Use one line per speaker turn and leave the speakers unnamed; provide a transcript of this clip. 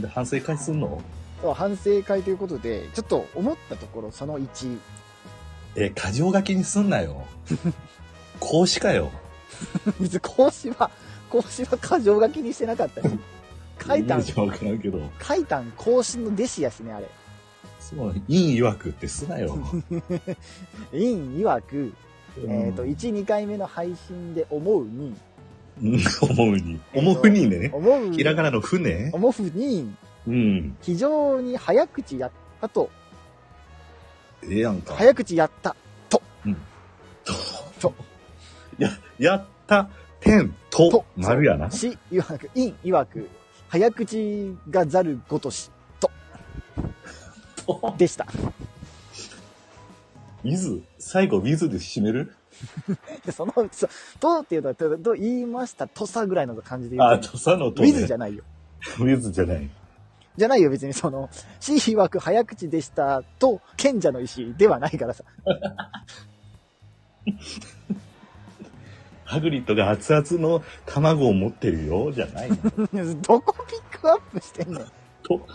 で反省会すんの
そう反省会ということで、ちょっと思ったところ、その1、
え、過剰書きにすんなよ。講師かよ。
別に講師は、講師は過剰書きにしてなかったし、書いた
意
ん
味、じゃわからんけど。
書いたん講師の弟子やしね、あれ。
そう、陰曰くってすなよ。
イン曰く、えっ、と、
うん
1、2回目の配信で思うに、
思うに。思うにね。
思う、
ひらがなのふね。
思うに、
うん。
非常に早口やったと、
ええやんか。
早口やった。
と。や、やった、点、と
と、
丸やな。
し、曰く、イン曰く、早口がざるごとし、
と
でした。
ウィズ、最後、ウィズで締める
でその、そとっていうのは、とと言いました、とさぐらいの感じで言
あ、
うと。
とさの
ウ
と、ね。
ィズじゃないよ。
ウィズじゃない。
じゃないよ、別にその、C 曰く早口でしたと、賢者の石ではないからさ。
ハグリッドが熱々の 卵を持ってるよ、じゃないの。
どこピックアップしてんの
と、